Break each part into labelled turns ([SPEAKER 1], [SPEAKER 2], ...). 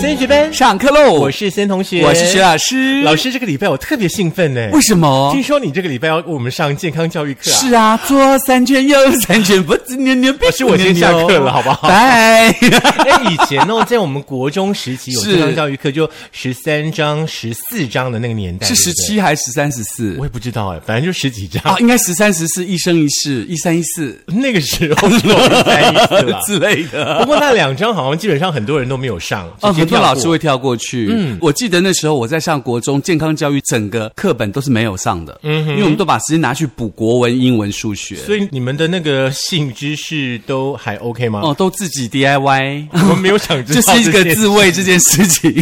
[SPEAKER 1] 森学班
[SPEAKER 2] 上课喽！
[SPEAKER 1] 我是森同学，
[SPEAKER 2] 我是徐老师，
[SPEAKER 1] 老师，这个礼拜我特别兴奋呢。
[SPEAKER 2] 为什么
[SPEAKER 1] 听？说你这个礼拜要我们上健康教育课啊？
[SPEAKER 2] 是啊，左三圈，右三圈，脖子扭扭，
[SPEAKER 1] 老师，我先下课了，好不好？
[SPEAKER 2] 拜。
[SPEAKER 1] 哎，以前呢，在我们国中时 期有
[SPEAKER 2] 是
[SPEAKER 1] 健康教育课，就十三章、十四章的那个年代，
[SPEAKER 2] 是
[SPEAKER 1] 对
[SPEAKER 2] 十
[SPEAKER 1] 不对，
[SPEAKER 2] 七还是十三十四
[SPEAKER 1] 我？也不知道哎，反正就十几章。
[SPEAKER 2] 啊，应该十三十四，一生一世，一三一四。
[SPEAKER 1] 那个时候是我们三一次了
[SPEAKER 2] 之类的。
[SPEAKER 1] 不过那两章好像基本上很多人都没有上，
[SPEAKER 2] 哦，
[SPEAKER 1] 直接
[SPEAKER 2] 很多
[SPEAKER 1] 跳
[SPEAKER 2] 老
[SPEAKER 1] 过
[SPEAKER 2] 师会跳过去。嗯，我记得那时候我在上国中健康教育，整个课本都是没有上的，嗯，因为我们都把时间拿去补国文、英文、数学，
[SPEAKER 1] 所以你们的那个性知识都还 OK 吗？
[SPEAKER 2] 哦，都自己 DIY，
[SPEAKER 1] 我们没有想知
[SPEAKER 2] 这
[SPEAKER 1] 道
[SPEAKER 2] 是一
[SPEAKER 1] 这
[SPEAKER 2] 个
[SPEAKER 1] 些
[SPEAKER 2] 自卫这件事情。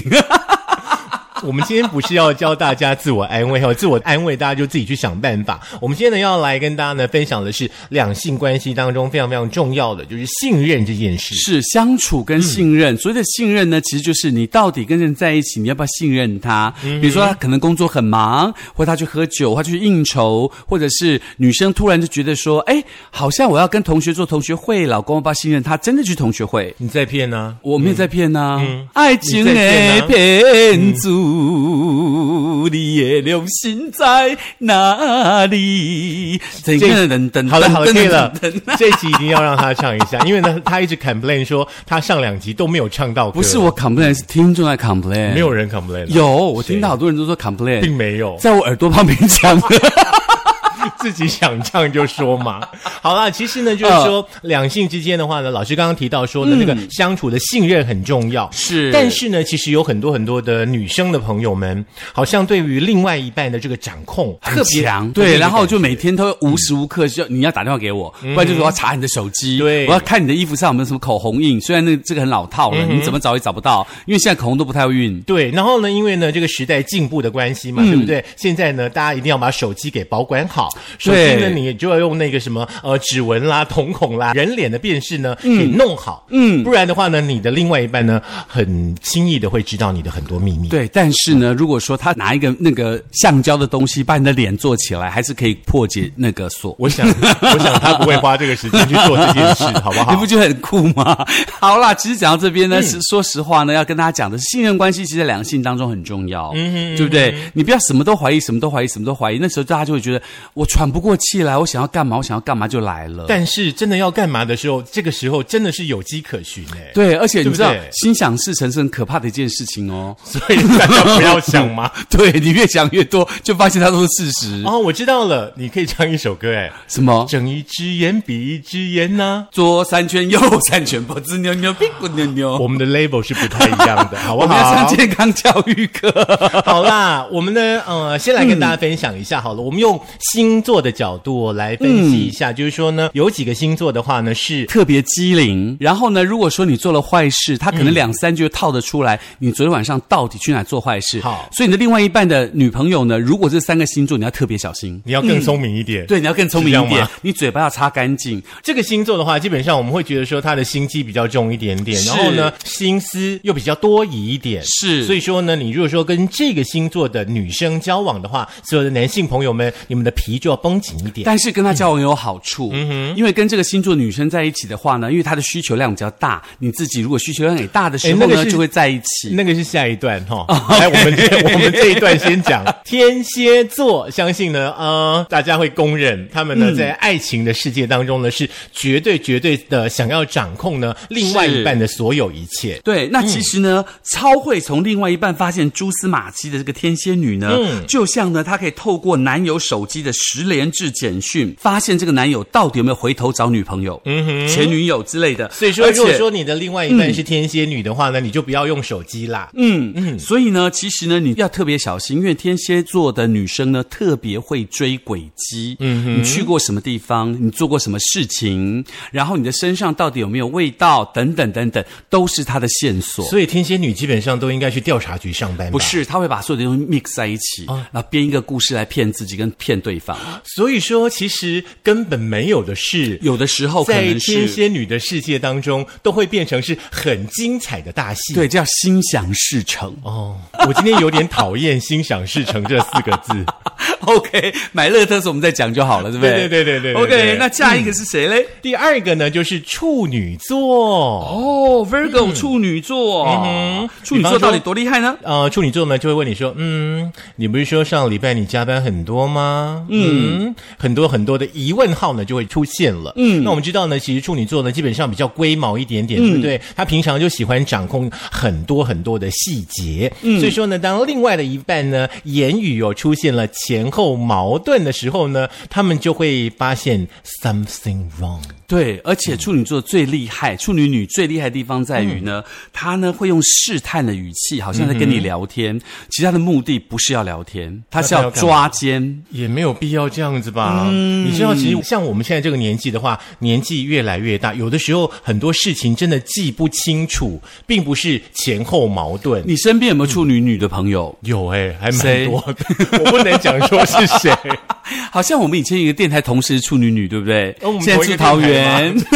[SPEAKER 1] 我们今天不是要教大家自我安慰哦， 自我安慰大家就自己去想办法。我们今天呢要来跟大家呢分享的是两性关系当中非常非常重要的，就是信任这件事。
[SPEAKER 2] 是相处跟信任。所谓的信任呢，其实就是你到底跟人在一起，你要不要信任他？
[SPEAKER 1] 嗯
[SPEAKER 2] 比如说他可能工作很忙，或他去喝酒，或他去应酬，或者是女生突然就觉得说，哎，好像我要跟同学做同学会，老公要不要信任他？真的去同学会？
[SPEAKER 1] 你在骗啊呢、
[SPEAKER 2] 我没有在骗呐、
[SPEAKER 1] 嗯
[SPEAKER 2] 爱情的
[SPEAKER 1] 啊
[SPEAKER 2] 骗子，你的良心在哪里？怎
[SPEAKER 1] 这
[SPEAKER 2] 样等等？
[SPEAKER 1] 好了好了，可以了
[SPEAKER 2] 噔噔噔噔。
[SPEAKER 1] 这一集一定要让他唱一下，因为呢，他一直 complain 说他上两集都没有唱到歌，
[SPEAKER 2] 不是我 complain，是听众在 complain。
[SPEAKER 1] 没有人 complain，啊
[SPEAKER 2] 有，我听到
[SPEAKER 1] 谁
[SPEAKER 2] 好多人都说
[SPEAKER 1] 并
[SPEAKER 2] complain，
[SPEAKER 1] 没有。
[SPEAKER 2] 在我耳朵旁边 讲的。
[SPEAKER 1] 自己想唱就说嘛。好啦，其实呢，就是说、
[SPEAKER 2] 嗯
[SPEAKER 1] 两性之间的话呢，老师刚刚提到说的那个相处的信任很重要。
[SPEAKER 2] 是
[SPEAKER 1] 但是呢，其实有很多很多的女生的朋友们，好像对于另外一半的这个掌控 特别
[SPEAKER 2] 强，
[SPEAKER 1] 特别
[SPEAKER 2] 对，
[SPEAKER 1] 的
[SPEAKER 2] 然后
[SPEAKER 1] 感觉
[SPEAKER 2] 就每天都无时无刻就你要打电话给我，不然就是我要查你的手
[SPEAKER 1] 嗯
[SPEAKER 2] 机，
[SPEAKER 1] 对
[SPEAKER 2] 我要看你的衣服上有没有什么口红印。虽然那个这个很老套
[SPEAKER 1] 嗯
[SPEAKER 2] 了，你怎么找也找不到，因为现在口红都不太会运。
[SPEAKER 1] 对，然后呢，因为呢这个时代进步的关系
[SPEAKER 2] 嗯
[SPEAKER 1] 嘛，对不对？现在呢，大家一定要把手机给保管好。手机呢，
[SPEAKER 2] 对
[SPEAKER 1] 你就要用那个什么呃指纹啦、瞳孔啦、人脸的辨识呢，给弄好。嗯，不然的话呢，你的另外一半呢，很轻易的会知道你的很多秘密。
[SPEAKER 2] 对，但是呢，如果说他拿一个那个橡胶的东西把你的脸做起来，还是可以破解那个锁。
[SPEAKER 1] 我 想，我想他不会花这个时间去做这件事，好不好？嗯
[SPEAKER 2] 你不觉得很酷吗？ 好啦，其实讲到这边呢，是、说实话呢，要跟大家讲的是，信任关系其实在两性当中很重要，嗯对不对？你不要什么都怀疑，什么都怀疑，什么都怀疑，那时候大家就会觉得我喘不过气来，我想要干嘛，我想要干嘛就来了。
[SPEAKER 1] 但是真的要干嘛的时候，这个时候真的是有迹可循哎、
[SPEAKER 2] 对，而且
[SPEAKER 1] 对
[SPEAKER 2] 你
[SPEAKER 1] 不
[SPEAKER 2] 知道
[SPEAKER 1] 对，
[SPEAKER 2] 心想事成是很可怕的一件事情哦。
[SPEAKER 1] 所以大家不要想嘛。
[SPEAKER 2] 对你越想越多，就发现它都是事实。
[SPEAKER 1] 哦，我知道了，你可以唱一首歌哎、
[SPEAKER 2] 什么？
[SPEAKER 1] 睁一只眼闭一只眼呐、
[SPEAKER 2] 左三圈，右三圈，脖子扭扭，屁股扭扭。
[SPEAKER 1] 我们的 label 是不太一样 的，好不
[SPEAKER 2] 我们要上
[SPEAKER 1] 好？
[SPEAKER 2] 健康教育课。
[SPEAKER 1] 好啦， 我们呢，呃，先来跟大家分享一下好了。我们用星座的角度来分析一下，就是说呢，有几个星座的话呢是
[SPEAKER 2] 特别机灵。然后呢，如果说你做了坏事，他可能两三句就套得出来，你昨天晚上到底去哪做坏事。
[SPEAKER 1] 好
[SPEAKER 2] 所以你的另外一半的女朋友呢，如果这三个星座，你要特别小心。
[SPEAKER 1] 你要更聪明一点。
[SPEAKER 2] 对，你要更聪明一
[SPEAKER 1] 是这样
[SPEAKER 2] 点
[SPEAKER 1] 吗，
[SPEAKER 2] 你嘴巴要擦干净。
[SPEAKER 1] 这个星座的话，基本上我们会觉得说他的心机比较重一点点，
[SPEAKER 2] 是
[SPEAKER 1] 然后呢，心思又比较多疑一点。
[SPEAKER 2] 是
[SPEAKER 1] 所以说呢，你如果说跟这个星座的女生交往的话，所有的男性朋友们，你们的皮就要绷紧一点。
[SPEAKER 2] 但是跟他交往有好处，因为跟这个星座女生在一起的话呢，因为她的需求量比较大，你自己如果需求量也大的时候
[SPEAKER 1] 哎
[SPEAKER 2] 呢，
[SPEAKER 1] 那个是
[SPEAKER 2] 就会在一起。
[SPEAKER 1] 那个是下一段 哈，来我们 这我们这一段先讲天蝎座，相信呢，呃，大家会公认他
[SPEAKER 2] 嗯
[SPEAKER 1] 们呢在爱情的世界当中呢是绝对绝对的想要掌控呢另外一
[SPEAKER 2] 是
[SPEAKER 1] 半的所有一切。
[SPEAKER 2] 对，那其实呢，超会从另外一半发现蛛丝马迹的这个天蝎女呢，
[SPEAKER 1] 嗯
[SPEAKER 2] 就像呢，她可以透过男友手机的十连制简讯，发现这个男友到底有没有回头找女朋友、前女友之类的。
[SPEAKER 1] 嗯所以说，
[SPEAKER 2] 而且
[SPEAKER 1] 如果说你的另外一半是天蝎女的话呢，你就不要用手机啦。
[SPEAKER 2] 嗯嗯，所以呢，其实呢，你要特别小心，因为天蝎座的女生呢，特别会追轨迹。嗯，你去过什么地方？你做过什么事情？然后你的身上到底有没有味道？等等等等，都是她的线索。
[SPEAKER 1] 所以天蝎女基本上都应该去调查局上班吧。
[SPEAKER 2] 不，是，他会把所有的东西 mix 在一起，然后编一个故事来骗自己跟骗对方。
[SPEAKER 1] 所以说其实根本没有的事。
[SPEAKER 2] 有的时候可
[SPEAKER 1] 在
[SPEAKER 2] 能
[SPEAKER 1] 天
[SPEAKER 2] 是
[SPEAKER 1] 蝎女的世界当中，都会变成是很精彩的大戏。
[SPEAKER 2] 对叫心想事成。
[SPEAKER 1] 哦 哦，我今天有点讨厌“心想事成”这四个字。
[SPEAKER 2] OK，买乐特是我们再讲就好了，对不对？嗯
[SPEAKER 1] 对对对对对对
[SPEAKER 2] OK，
[SPEAKER 1] 对
[SPEAKER 2] 那下一个是谁嘞？
[SPEAKER 1] 第二个呢，就是处女座。
[SPEAKER 2] 哦，Virgo 处女座，处女座到底多厉害呢？
[SPEAKER 1] 呃，处女座呢就会问你说，嗯，你不是说上礼拜你加班很多吗？嗯，很多很多的疑问号呢就会出现了。嗯，那我们知道呢，其实处女座呢基本上比较龟毛一点点，对不对？他平常就喜欢掌控很多很多的细节，嗯、所以说呢，当另外的一半呢言语哦出现了前后矛盾的时候呢，他们就会发现 something wrong。
[SPEAKER 2] 对，而且处女座最厉害，处女女最厉害的地方在于呢，她呢会用试探的语气，好像在跟你聊天，其实她的目的不是要聊天，她是
[SPEAKER 1] 那她
[SPEAKER 2] 要
[SPEAKER 1] 要干嘛
[SPEAKER 2] 抓奸。
[SPEAKER 1] 也没有必要这样子吧？
[SPEAKER 2] 嗯
[SPEAKER 1] 你知道，其实像我们现在这个年纪的话，年纪越来越大，有的时候很多事情真的记不清楚，并不是前后矛盾。
[SPEAKER 2] 你身边有没有处女女的朋友？
[SPEAKER 1] 有哎、还
[SPEAKER 2] 谁
[SPEAKER 1] 蛮多的， 我不能讲说是谁。
[SPEAKER 2] 好像我们以前有一个电台同时是处女女，对不对？
[SPEAKER 1] 哦我们
[SPEAKER 2] 现在住桃
[SPEAKER 1] 同一个电
[SPEAKER 2] 园，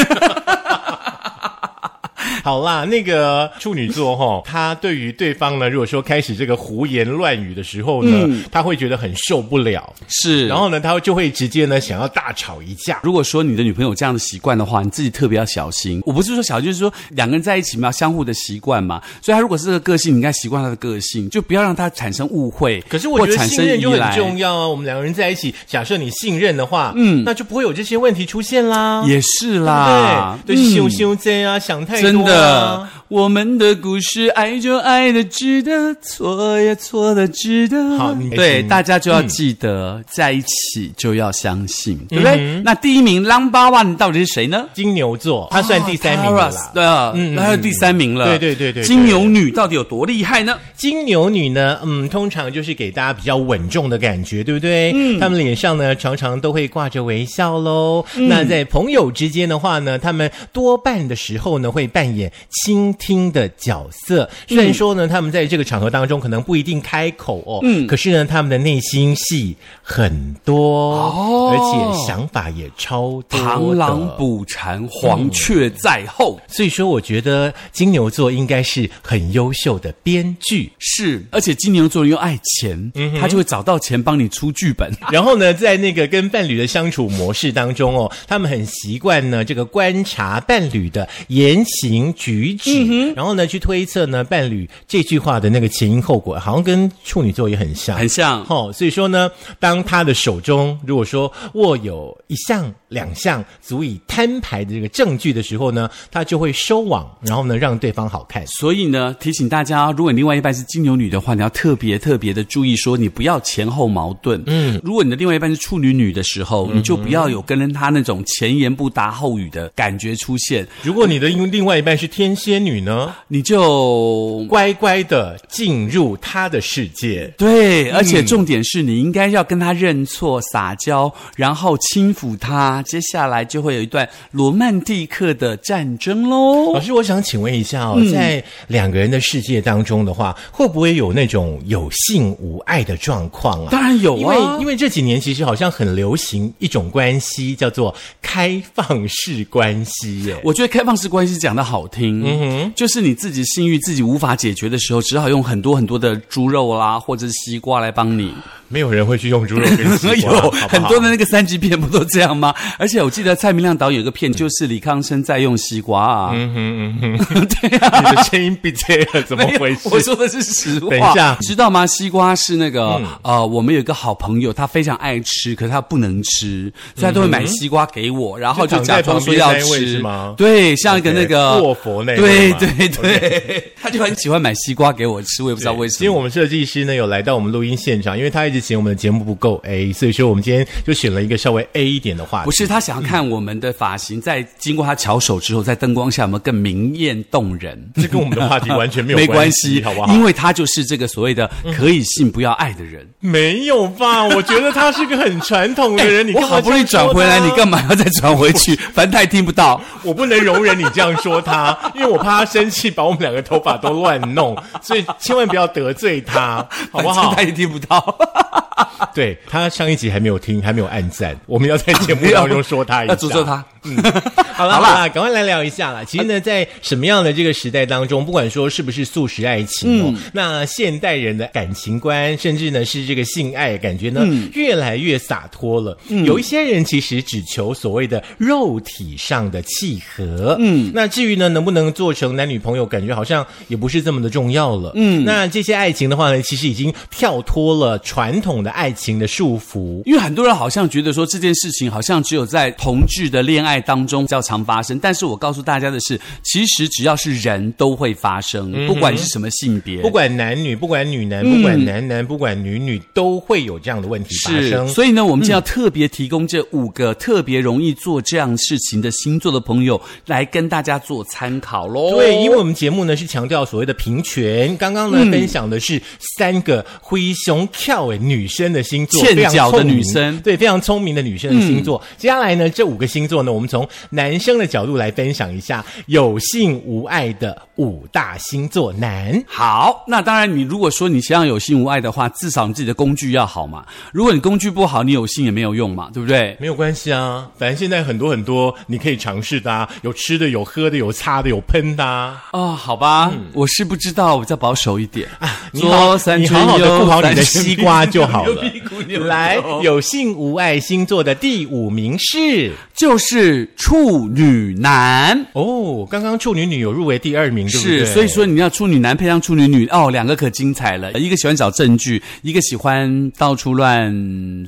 [SPEAKER 1] 好啦，那个处女座哈、他对于对方呢，如果说开始这个胡言乱语的时候呢，他会觉得很受不了，
[SPEAKER 2] 嗯是。
[SPEAKER 1] 然后呢，他就会直接呢想要大吵一架。
[SPEAKER 2] 如果说你的女朋友有这样的习惯的话，你自己特别要小心。我不是说小心，就是说两个人在一起嘛，相互的习惯嘛。所以她如果是这个个性，你应该习惯她的个性，就不要让她产生误会。
[SPEAKER 1] 可是我觉
[SPEAKER 2] 或
[SPEAKER 1] 得
[SPEAKER 2] 产
[SPEAKER 1] 信
[SPEAKER 2] 生
[SPEAKER 1] 任就
[SPEAKER 2] 依
[SPEAKER 1] 很
[SPEAKER 2] 赖
[SPEAKER 1] 重要啊！我们两个人在一起，假设你信任的话，嗯，那就不会有这些问题出现啦。
[SPEAKER 2] 也是啦，
[SPEAKER 1] 啊
[SPEAKER 2] 嗯
[SPEAKER 1] 对，对，羞羞真啊，想太多、啊，
[SPEAKER 2] 真的，，我们的故事，爱就爱的值得，错也错的值得。
[SPEAKER 1] 好你
[SPEAKER 2] 对
[SPEAKER 1] 嗯
[SPEAKER 2] 大家就要记得、在一起就要相
[SPEAKER 1] 嗯
[SPEAKER 2] 信，对不对？那第一名 number one 到底是谁呢？
[SPEAKER 1] 金牛座，他算第三名了啦。嗯
[SPEAKER 2] 对啊，他是第三名了。
[SPEAKER 1] 对对对对对
[SPEAKER 2] 金牛女到底有多厉害呢？
[SPEAKER 1] 金牛女呢，嗯，通常就是给大家比较稳重的感觉，对不对？嗯，他们脸上呢常常都会挂着微笑喽。
[SPEAKER 2] 嗯
[SPEAKER 1] 那在朋友之间的话呢，他们多半的时候呢会扮演倾听的角色。虽然说呢，他们在这个场合当中可能不一定开口哦，嗯，可是呢，他们的内心戏很多，
[SPEAKER 2] 哦
[SPEAKER 1] 而且想法也超多的
[SPEAKER 2] 螳螂捕蝉，黄雀在后。
[SPEAKER 1] 所以说，我觉得金牛座应该是很优秀的编剧。
[SPEAKER 2] 是，而且金牛座又爱钱，
[SPEAKER 1] 嗯
[SPEAKER 2] 他就会找到钱帮你出剧本。
[SPEAKER 1] 然后呢，在那个跟伴侣的相处模式当中哦，他们很习惯呢这个观察伴侣的言行举止，然后呢去推测呢伴侣这句话的那个前因后果，好像跟处女座也很像，
[SPEAKER 2] 很像
[SPEAKER 1] 哦。所以说呢，当他的手中如果说握有一项、两项足以摊牌的这个证据的时候呢，他就会收网，然后呢让对方好看。
[SPEAKER 2] 所以呢，提醒大家，如果你另外一半是金牛女的话，你要特别特别的注意，说你不要前后矛盾。嗯，如果你的另外一半是处女女的时
[SPEAKER 1] 嗯
[SPEAKER 2] 候，你就不要有跟他那种前言不搭后语的感觉出现，
[SPEAKER 1] 如果你的另另外一半是天蝎女呢，
[SPEAKER 2] 你就。
[SPEAKER 1] 乖乖的进入他的世界。
[SPEAKER 2] 对，
[SPEAKER 1] 嗯
[SPEAKER 2] 而且重点是你应该要跟他认错、撒娇，然后轻抚他，接下来就会有一段罗曼蒂克的战争喽
[SPEAKER 1] 老。师，我想请问一下哦，在两个人的世界当中的话，会不会有那种有性无爱的状况啊？
[SPEAKER 2] 当然有啊
[SPEAKER 1] 因为因为这几年其实好像很流行一种关系，叫做开放式关系 耶。
[SPEAKER 2] 我觉得开放式关系讲的好听，
[SPEAKER 1] 嗯
[SPEAKER 2] 就是你自己性欲自己无法解决的时候，只好用很多很多的猪肉啦，或者是西瓜来帮你。
[SPEAKER 1] 没有人会去用猪肉跟 西 瓜，
[SPEAKER 2] 有
[SPEAKER 1] 好不好
[SPEAKER 2] 很多的那个三级片不都这样吗？而且我记得蔡明亮导演有一个片，就是李康生在用西瓜啊。
[SPEAKER 1] 嗯你的声音闭切了，怎么
[SPEAKER 2] 没有
[SPEAKER 1] 回事？
[SPEAKER 2] 我说的是实话。
[SPEAKER 1] 等一下嗯
[SPEAKER 2] 知道吗？西瓜是那个、呃，我们有一个好朋友，他非常爱吃，可是他不能吃，所以他都会买西瓜给我，然后
[SPEAKER 1] 嗯就
[SPEAKER 2] 就
[SPEAKER 1] 躺
[SPEAKER 2] 假
[SPEAKER 1] 在
[SPEAKER 2] 装说
[SPEAKER 1] 旁边
[SPEAKER 2] 要
[SPEAKER 1] 那一位
[SPEAKER 2] 吃
[SPEAKER 1] 是吗
[SPEAKER 2] 对，像一个那个
[SPEAKER 1] OK，卧佛那一位
[SPEAKER 2] 对
[SPEAKER 1] 吗
[SPEAKER 2] 对对， 他就很喜欢买西瓜给我吃，我也不知道为什
[SPEAKER 1] 因为
[SPEAKER 2] 么。
[SPEAKER 1] 我们设计师呢有来到我们录音现场，因为他一直嫌我们的节目不够 A，所以说我们今天就选了一个稍微 A 一点的话
[SPEAKER 2] 不
[SPEAKER 1] 题。
[SPEAKER 2] 是他想要看我们的发型，在经过他巧手之后，在灯光下有没有更明艳动人？
[SPEAKER 1] 这跟我们的话题完全没有
[SPEAKER 2] 没
[SPEAKER 1] 关
[SPEAKER 2] 系，
[SPEAKER 1] 好不好
[SPEAKER 2] 因？为他就是这个所谓的可以性不要爱的人。
[SPEAKER 1] 没有吧？我觉得他是个很传统的 人，你
[SPEAKER 2] 哎我
[SPEAKER 1] 干嘛
[SPEAKER 2] 好不容易
[SPEAKER 1] 这样
[SPEAKER 2] 转
[SPEAKER 1] 说
[SPEAKER 2] 回来，
[SPEAKER 1] 他
[SPEAKER 2] 你干嘛要再转回 去？反正他也听不到。
[SPEAKER 1] 我不能容忍你这样说他，因为我怕他生气，把我们两个头 发都乱弄，所以千万不要得罪他，好不
[SPEAKER 2] 反正
[SPEAKER 1] 好
[SPEAKER 2] 他？也听不到。
[SPEAKER 1] 对他上一集还没有听，还没有按赞，我们要在节 目当中说他一下，嗯
[SPEAKER 2] 要诅咒他。
[SPEAKER 1] 好了好了，赶快来聊一下啦。其实呢，在什么样的这个时代当中，不管说是不是素食爱情哦，那现代人的感情观，甚至呢是这个性爱，感觉呢、越来越洒脱了。有一些人其实只求所谓的肉体上的契合，嗯，那至于呢能不能做成男女朋友，感觉好像也不是这么的重要了，嗯。那这些爱情的话呢，其实已经跳脱了传统的爱情的束缚。
[SPEAKER 2] 因为很多人好像觉得说这件事情好像只有在同志的恋爱当中比较常发生，但是我告诉大家的是，其实只要是人都会发生，不管是什么性别，
[SPEAKER 1] 嗯不管男女，不管女男，不
[SPEAKER 2] 嗯
[SPEAKER 1] 管男男，不管女女，都会有这样的问题发生。嗯
[SPEAKER 2] 所以呢，我们就要特别提供这五个特别容易做这样事情的星座的朋友来跟大家做参考喽。
[SPEAKER 1] 对，因为我们节目呢是强调所谓的平权。刚刚呢、
[SPEAKER 2] 嗯
[SPEAKER 1] 分享的是三个灰熊跳诶女生的星座，
[SPEAKER 2] 欠
[SPEAKER 1] 非常
[SPEAKER 2] 脚的
[SPEAKER 1] 聪明
[SPEAKER 2] 女生嗯
[SPEAKER 1] 对，非常聪明的女生的星座。接下来呢，这五个星座呢，我们从男生的角度来分享一下有性无爱的五大星座男。
[SPEAKER 2] 好，那当然，你如果说你想要有性无爱的话，至少你自己的工具要好嘛。如果你工具不好，你有性也没有用嘛，对不对？
[SPEAKER 1] 没有关系啊，反正现在很多很多你可以尝试的、啊，有吃的，有喝的，有擦的，有喷的、啊。
[SPEAKER 2] 哦，好吧，我是不知道，我再保守一点。
[SPEAKER 1] 啊你好，你好好的顾好你的西瓜就好了
[SPEAKER 2] 牛屁股。扭
[SPEAKER 1] 来
[SPEAKER 2] 头，
[SPEAKER 1] 有性无爱星座的第五名是
[SPEAKER 2] 就是处女男。
[SPEAKER 1] 哦，刚刚处女女有入围第二名，对不对？
[SPEAKER 2] 是，所以说你要处女男配上处女女哦，两个可精彩了。一个喜欢找证据，一个喜欢到处乱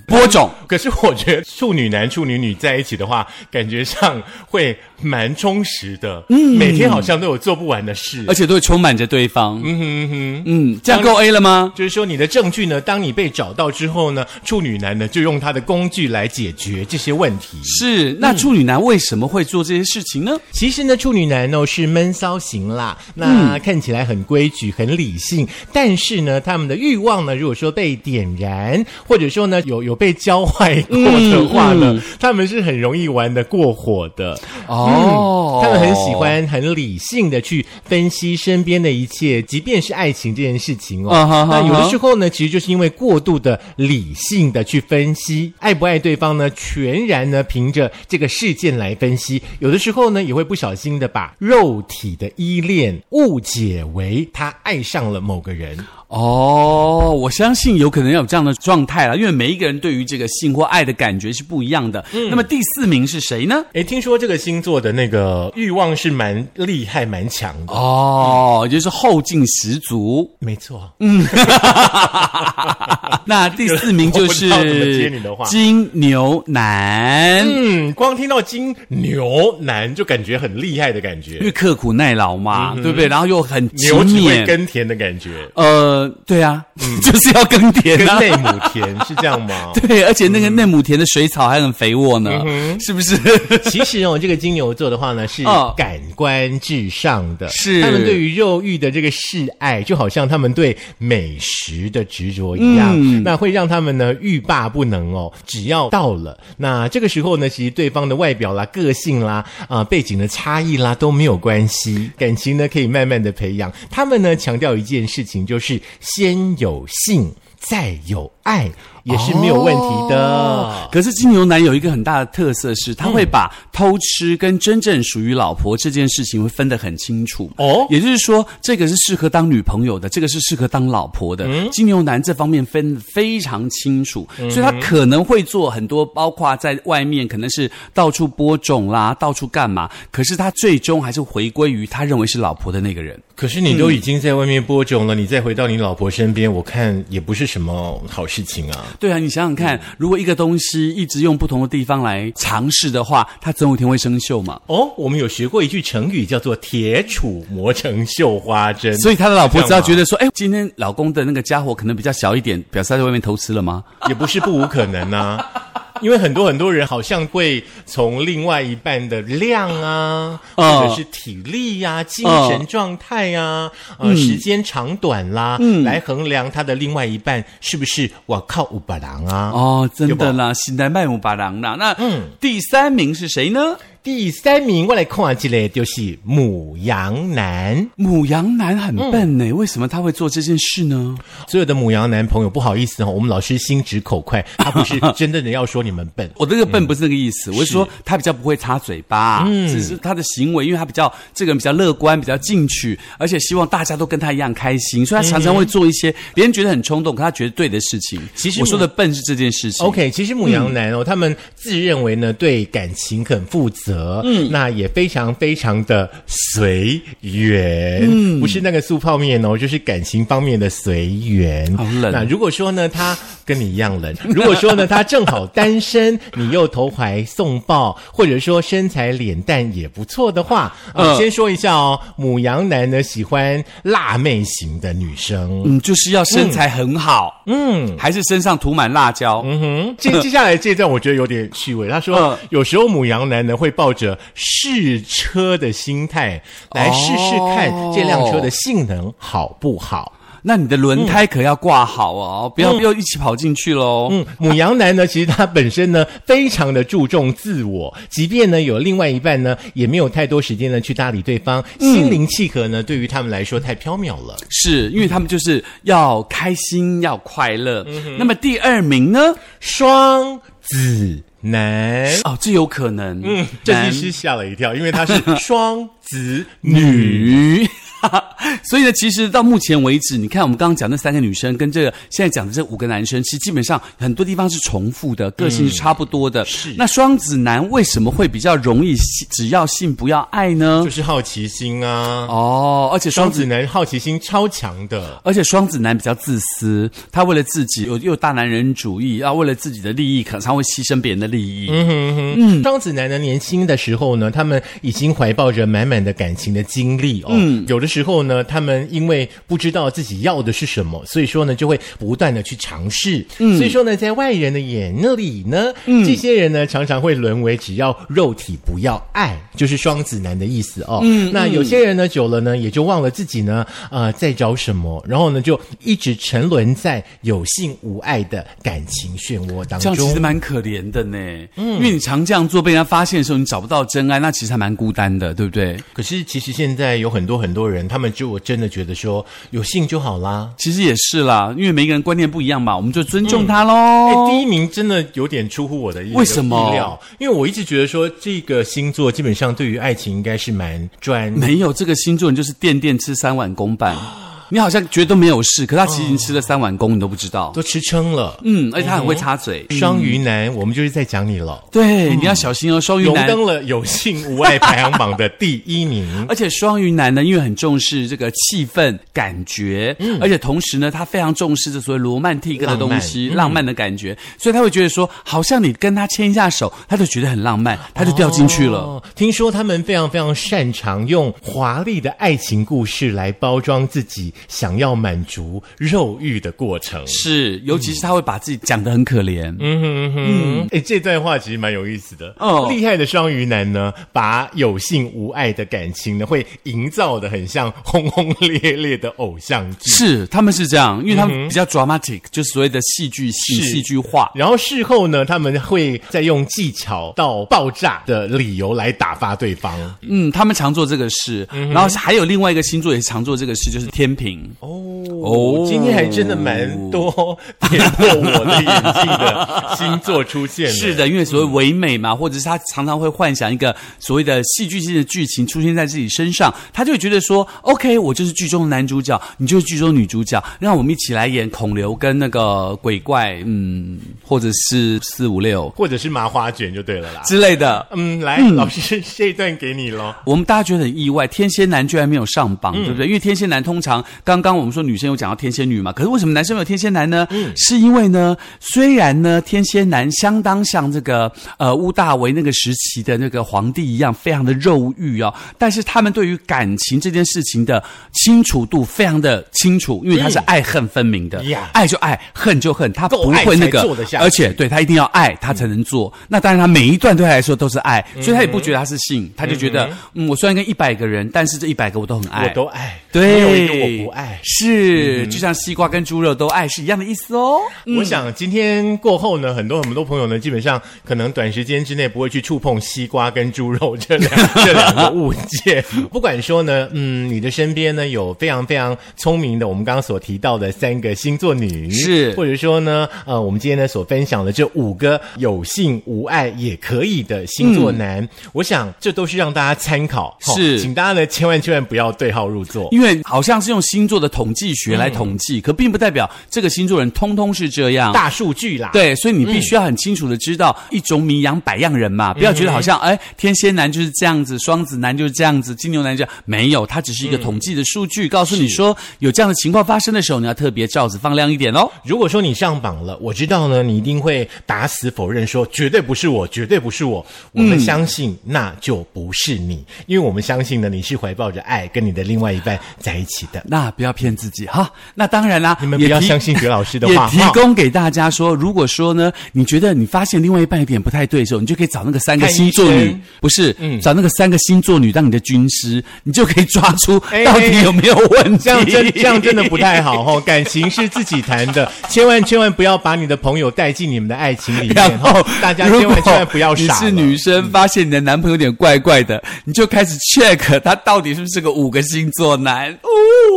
[SPEAKER 2] 播种。
[SPEAKER 1] 可是我觉得处女男、处女女在一起的话，感觉上会蛮充实的，嗯，每天好像都有做不完的事
[SPEAKER 2] 而。且都会充满着对方。嗯哼哼，嗯，这样够 A 了吗？
[SPEAKER 1] 就是说，你的证据呢，当你被找到之后呢，处女男呢就用他的工具来解决这些问题。
[SPEAKER 2] 是，那处女男为什么会做这些事情呢？
[SPEAKER 1] 其实呢，处女男呢是闷骚型啦，那看起来很规矩、很理性，但是呢，他们的欲望呢，如果说被点燃，或者说呢有有被教坏过的话呢，他们是很容易玩的过火的。嗯
[SPEAKER 2] 哦，
[SPEAKER 1] 他们很喜。欢很理性的去分析身边的一切，即便是爱情这件事情哦。
[SPEAKER 2] 啊哈
[SPEAKER 1] 那有
[SPEAKER 2] 啊
[SPEAKER 1] 的
[SPEAKER 2] 哈
[SPEAKER 1] 时候呢，其实就是因为过度的理性的去分析，爱不爱对方呢，全然呢凭着这个事件来分析。有的时候呢，也会不小心的把肉体的依恋误解为他爱上了某个人。
[SPEAKER 2] 哦，我相信有可能要有这样的状态了，因为每一个人对于这个性或爱的感觉是不一样的。
[SPEAKER 1] 嗯
[SPEAKER 2] 那么第四名是谁呢？
[SPEAKER 1] 诶，哎听说这个星座的那个欲望是蛮厉害、蛮强的。
[SPEAKER 2] 哦，就是后劲十 足。
[SPEAKER 1] 没错，
[SPEAKER 2] 那第四名就
[SPEAKER 1] 我不知道怎么接
[SPEAKER 2] 是
[SPEAKER 1] 你的话
[SPEAKER 2] 金牛男，
[SPEAKER 1] 嗯，光听到金牛男就感觉很厉害的感觉
[SPEAKER 2] 因。为刻苦耐劳嘛，对不对？然后又很勤
[SPEAKER 1] 嗯牛只会
[SPEAKER 2] 勉。
[SPEAKER 1] 耕田的感觉，
[SPEAKER 2] 呃，对啊， 就是要耕田
[SPEAKER 1] 跟
[SPEAKER 2] 啊。？
[SPEAKER 1] 内母田嗯是这样吗
[SPEAKER 2] 对，而且那个内母田的水草还很肥沃呢，
[SPEAKER 1] 嗯
[SPEAKER 2] 是不是？
[SPEAKER 1] 其实哦，这个金牛座的话呢，是
[SPEAKER 2] 哦
[SPEAKER 1] 感官至上的，
[SPEAKER 2] 是
[SPEAKER 1] 他们对于肉欲的这个示爱，就好像他们对美食的执着一样，那会让他们呢欲罢不能哦。只要到了，那这个时候呢，其实对方的外表啦、个性啦、啊、背景的差异啦都没有关系，感情呢可以慢慢的培养。他们呢强调一件事情，就是先有性。再有爱也是没有问题的。
[SPEAKER 2] 哦可是金牛男有一个很大的特色是，他会把偷吃跟真正属于老婆这件事情会分得很清楚。
[SPEAKER 1] 哦
[SPEAKER 2] 也就是说，这个是适合当女朋友的，这个是适合当老婆的。金牛男这方面分得非常清楚，所以他可能会做很多，包括在外面可能是到处播种啦，到处干嘛。可是他最终还是回归于他认为是老婆的那个人。
[SPEAKER 1] 可是你都已经在外面播种了，你再回到你老婆身边，我看也不是什么好事情啊。
[SPEAKER 2] 对啊，你想想看，如果一个东西一直用不同的地方来尝试的话，它总有一天会生锈嘛。
[SPEAKER 1] 哦，我们有学过一句成语叫做“铁杵磨成绣花针”，
[SPEAKER 2] 所以他的老婆只要觉
[SPEAKER 1] 得
[SPEAKER 2] 得说，哎，今天老公的那个家伙可能比较小一点，表示他在外面偷吃了吗？
[SPEAKER 1] 也不是不无可能 啊。因为很多很多人好像会从另外一半的量啊，
[SPEAKER 2] 哦
[SPEAKER 1] 或者是体力呀、精神状态呀、啊、呃时间长短啦，来衡量他的另外一半是不是我靠五百郎啊。
[SPEAKER 2] 哦
[SPEAKER 1] 嗯
[SPEAKER 2] 哦，真的啦，新来卖姆巴郎啦。那第三名是谁呢？
[SPEAKER 1] 第三名我来看起来就是母羊男，
[SPEAKER 2] 母羊男很
[SPEAKER 1] 嗯
[SPEAKER 2] 笨呢、为什么他会做这件事呢？
[SPEAKER 1] 所有的母羊男朋友不好意思哦，我们老师心直口快，他不是真正的要说你们笨。
[SPEAKER 2] 我这个笨不是那个意思，
[SPEAKER 1] 嗯
[SPEAKER 2] 我是说他比较不会插嘴巴，只是他的行为，因为他比较这个人比较乐观，比较进取，而且希望大家都跟他一样开心，所以他常常会做一些别人觉得很冲动，可他觉得对的事情。
[SPEAKER 1] 嗯其实
[SPEAKER 2] 我
[SPEAKER 1] 我
[SPEAKER 2] 说的笨是这件事情。嗯
[SPEAKER 1] OK，其实母羊男哦，他们自认为呢对感情很负责，嗯，那也非常非常的随缘，嗯，不是那个素泡面哦，就是感情方面的随缘。
[SPEAKER 2] 好冷
[SPEAKER 1] 那如果说呢他跟你一样冷，如果说呢他正好单身，你又投怀送抱，或者说身材脸蛋也不错的话，啊、
[SPEAKER 2] 嗯
[SPEAKER 1] 先说一下哦，母羊男呢喜欢辣妹型的女生，
[SPEAKER 2] 嗯，就是要身材很好，嗯，还是身上涂满辣椒，嗯哼，
[SPEAKER 1] 接接下来这一段我觉得有点趣味。他说
[SPEAKER 2] 嗯，
[SPEAKER 1] 有时候母羊男呢会抱着试车的心态来试试看
[SPEAKER 2] 哦
[SPEAKER 1] 这辆车的性能好不好。
[SPEAKER 2] 那你的轮胎可要挂好哦，不要不要一起跑进去喽，
[SPEAKER 1] 嗯，母羊男呢，其实他本身呢非常的注重自我，即便呢有另外一半呢，也没有太多时间呢去搭理对方，
[SPEAKER 2] 嗯
[SPEAKER 1] 心灵契合呢对于他们来说太缥缈了。
[SPEAKER 2] 是因为他们就是要开心，要快乐。那么第二名呢？
[SPEAKER 1] 双子男。
[SPEAKER 2] 哦，这有可能。嗯
[SPEAKER 1] 哎这技师吓了一跳，因为他是双子女。
[SPEAKER 2] 女。 所以呢，其实到目前为止，你看我们刚刚讲那三个女生跟这个现在讲的这五个男生，其实基本上很多地方是重复的，个性是差不多的。
[SPEAKER 1] 是
[SPEAKER 2] 那双子男为什么会比较容易信只要性不要爱呢
[SPEAKER 1] 就？是好奇心啊，
[SPEAKER 2] 哦，而且
[SPEAKER 1] 双
[SPEAKER 2] 双子
[SPEAKER 1] 子男好奇心超强的。
[SPEAKER 2] 而且双子男比较自私，他为了自己有又有大男人主义，啊，为了自己的利益，可能他会牺牲别人的利益。
[SPEAKER 1] 嗯，双子男呢，年轻的时候呢，他们已经怀抱着满满的感情的经历哦。
[SPEAKER 2] 嗯
[SPEAKER 1] 有的时候呢，他们因为不知道自己要的是什么，所以说呢，就会不断的去尝试。
[SPEAKER 2] 嗯
[SPEAKER 1] 所以说呢，在外人的眼那里呢，这些人呢，常常会沦为只要肉体不要爱，就是双子男的意思哦。
[SPEAKER 2] 嗯
[SPEAKER 1] 那有些人呢，久了呢，也就忘了自己呢，呃，在找什么，然后呢，就一直沉沦在有性无爱的感情漩涡当中。
[SPEAKER 2] 这
[SPEAKER 1] 嗯
[SPEAKER 2] 样其实蛮可怜的呢，因为你常这样做，被人家发现的时候，你找不到真爱，那其实还蛮孤单的，对不对？
[SPEAKER 1] 可是其实现在有很多很多人，他们就真的觉得说有性就好啦。
[SPEAKER 2] 其实也是啦，因为每个人观念不一样嘛，我们就尊重他喽。
[SPEAKER 1] 哎，第一名真的有点出乎我的意
[SPEAKER 2] 哦为什么
[SPEAKER 1] 意料，因为我一直觉得说这个星座基本上对于爱情应该是蛮专。
[SPEAKER 2] 没有这个星座，你就是垫垫吃三碗公饭。你好像觉得都没有事，可他其实已经吃了三碗公，你都不知道。
[SPEAKER 1] 都吃撑了，
[SPEAKER 2] 嗯，而且他很会插嘴。
[SPEAKER 1] 双鱼男，我们就是在讲你了，
[SPEAKER 2] 对，你要小心哦，双鱼
[SPEAKER 1] 荣
[SPEAKER 2] 男。
[SPEAKER 1] 登了有性无爱排行榜的第一名。
[SPEAKER 2] 而且双鱼男呢，因为很重视这个气氛感觉，
[SPEAKER 1] 嗯
[SPEAKER 2] 而且同时呢，他非常重视这所谓罗曼蒂克的东西，
[SPEAKER 1] 嗯
[SPEAKER 2] 浪漫的感觉，所以他会觉得说，好像你跟他牵一下手，他就觉得很浪漫，他就 掉进去了。
[SPEAKER 1] 哦，听说他们非常非常擅长用华丽的爱情故事来包装自己想要满足肉欲的过程。
[SPEAKER 2] 是，尤其是他会把自己讲得很可怜，
[SPEAKER 1] 嗯哼哼，哎、这段话其实蛮有意思的。
[SPEAKER 2] 哦
[SPEAKER 1] 厉害的双鱼男呢，把有性无爱的感情呢，会营造的很像轰轰烈烈的偶像剧。
[SPEAKER 2] 是他们是这样，因为他们比较 dramatic，、就是所谓的戏剧性、
[SPEAKER 1] 嗯是
[SPEAKER 2] 戏剧化。
[SPEAKER 1] 然后事后呢，他们会再用技巧到爆炸的理由来打发对方。
[SPEAKER 2] 嗯，他们常做这个事，
[SPEAKER 1] 嗯
[SPEAKER 2] 然后还有另外一个星座也常做这个事，就是天平。
[SPEAKER 1] 哦
[SPEAKER 2] 哦
[SPEAKER 1] 今天还真的蛮多 跌破我的眼镜的星座出现了。
[SPEAKER 2] 是的，因为所谓唯美嘛，或者是他常常会幻想一个所谓的戏剧性的剧情出现在自己身上，他就会觉得说，OK，我就是剧中的男主角，你就是剧中女主角，让我们一起来演孔刘跟那个鬼怪，嗯，或者是四五六
[SPEAKER 1] 或者是麻花卷就对了啦。
[SPEAKER 2] 之类的。
[SPEAKER 1] 嗯，来，老师这一段给你喽。
[SPEAKER 2] 我们大家觉得很意外，天蝎男居然没有上榜，
[SPEAKER 1] 嗯
[SPEAKER 2] 对不对？因为天蝎男通常，刚刚我们说女生有讲到天蝎女嘛，可是为什么男生没有天蝎男呢？
[SPEAKER 1] 嗯
[SPEAKER 2] 是因为呢，虽然呢，天蝎男相当像这个呃乌大维那个时期的那个皇帝一样，非常的肉欲哦，但是他们对于感情这件事情的清楚度非常的清楚，因为他是爱恨分明的，
[SPEAKER 1] 嗯呀
[SPEAKER 2] 爱就爱，恨就恨，他
[SPEAKER 1] 够
[SPEAKER 2] 不
[SPEAKER 1] 爱
[SPEAKER 2] 会那
[SPEAKER 1] 才
[SPEAKER 2] 个
[SPEAKER 1] 做得下，去
[SPEAKER 2] 而且对他一定要爱，他才能做。那当然，他每一段对他来说都是爱，所以他也不觉得他嗯是性，他就觉得，嗯，我虽然跟一百个人，但是这一百个我都很爱。
[SPEAKER 1] 我都爱，哎
[SPEAKER 2] 对嗯
[SPEAKER 1] 没有一个我不爱
[SPEAKER 2] 是就像西瓜跟猪肉都爱是一样的意思哦。
[SPEAKER 1] 我想今天过后呢，很多很多朋友呢，基本上可能短时间之内不会去触碰西瓜跟猪肉这两 这两个物件。不管说呢，嗯，你的身边呢有非常非常聪明的，我们刚刚所提到的三个星座女，
[SPEAKER 2] 是
[SPEAKER 1] 或者说呢，呃，我们今天呢所分享的这五个有性无爱也可以的星座男，我想这都是让大家参考，齁
[SPEAKER 2] 嗯是
[SPEAKER 1] 请大家呢千万千万不要对号入座。
[SPEAKER 2] 因为好像是用星座的统计学来统计，可并不代表这个星座人通通是这样。
[SPEAKER 1] 大数据啦，
[SPEAKER 2] 对，所以
[SPEAKER 1] 嗯
[SPEAKER 2] 你必须要很清楚的知道一种米养百样人嘛，不要觉得好
[SPEAKER 1] 嗯
[SPEAKER 2] 像哎天蝎男就是这样子，双子男就是这样子，金牛男就这样没有，它只是一个统计的数
[SPEAKER 1] 嗯
[SPEAKER 2] 据，告诉你说有这样的情况发生的时候，你要特别罩子放亮一点哦。
[SPEAKER 1] 如果说你上榜了，我知道呢，你一定会打死否认说绝对不是我，绝对不是我。我们相信那就不是你，因为我们相信呢，你是怀抱着爱跟你的另外一半在一起的。
[SPEAKER 2] 那不要骗自己哈。那当然啦，
[SPEAKER 1] 你们
[SPEAKER 2] 也
[SPEAKER 1] 不要
[SPEAKER 2] 提
[SPEAKER 1] 相信葛老师的
[SPEAKER 2] 也
[SPEAKER 1] 话
[SPEAKER 2] 提
[SPEAKER 1] 哈
[SPEAKER 2] 供给大家说，如果说呢，你觉得你发现另外一半有点不太对的时候，你就可以找那个三个
[SPEAKER 1] 看医
[SPEAKER 2] 星座女
[SPEAKER 1] 生，嗯
[SPEAKER 2] 不是、找那个三个星座女当你的军师，你就可以抓出
[SPEAKER 1] 哎
[SPEAKER 2] 到底有没有问题。
[SPEAKER 1] 这样真这样真的不太好哦，感情是自己谈的，千万千万不要把你的朋友带进你们的爱情里面
[SPEAKER 2] 然
[SPEAKER 1] 哈
[SPEAKER 2] 后，
[SPEAKER 1] 大家
[SPEAKER 2] 如
[SPEAKER 1] 千
[SPEAKER 2] 果
[SPEAKER 1] 万千万不要傻
[SPEAKER 2] 你是
[SPEAKER 1] 了。
[SPEAKER 2] 女生，发现你的男朋友有点怪怪的，你就开始 check 他到底是不是个五个星座男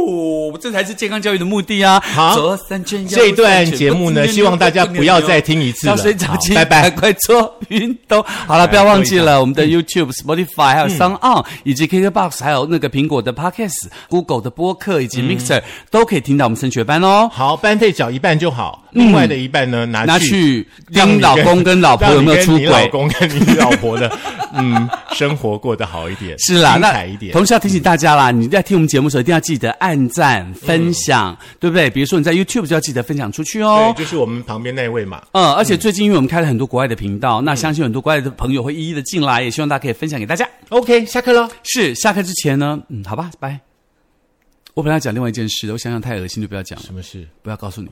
[SPEAKER 2] 哦，这才是健康教育的目的啊！
[SPEAKER 1] 好
[SPEAKER 2] 左三圈，右
[SPEAKER 1] 这一段
[SPEAKER 2] 三圈
[SPEAKER 1] 节目呢
[SPEAKER 2] 左三圈
[SPEAKER 1] 希望大家
[SPEAKER 2] 右三圈
[SPEAKER 1] 不要再听一次了
[SPEAKER 2] 小水长
[SPEAKER 1] 好拜拜嗯
[SPEAKER 2] 快做运动。好了，不要忘记了我们的 YouTube、Spotify 还有 s o n On，以及 KKBox，还有那个苹果的 Podcast、Google 的播客以及
[SPEAKER 1] 嗯
[SPEAKER 2] Mixer 都可以听到我们升学班哦。
[SPEAKER 1] 好，班费缴一半就好，另外的一半呢拿
[SPEAKER 2] 嗯拿去盯老公跟老婆有没有出
[SPEAKER 1] 让你跟你老
[SPEAKER 2] 轨。
[SPEAKER 1] 公跟你老婆 的嗯生活过得好一点，
[SPEAKER 2] 是啦，
[SPEAKER 1] 精
[SPEAKER 2] 那
[SPEAKER 1] 彩一点。
[SPEAKER 2] 同时要提醒大家啦，你在听我们节目的时候，一定要记得按赞、分享，对不对？比如说你在 YouTube 就要记得分享出去哦
[SPEAKER 1] 嗯对，。就是我们旁边那位嘛。
[SPEAKER 2] 嗯，而且最近因为我们开了很多国外的频道，那相信很多国外的朋友会一一的进来，也希望大家可以分享给大家。
[SPEAKER 1] OK，下课喽。
[SPEAKER 2] 是下课之前呢，嗯，好吧，拜。我本来要讲另外一件事的，我想想太恶心，就不要讲了，
[SPEAKER 1] 什么事？
[SPEAKER 2] 不要告诉你。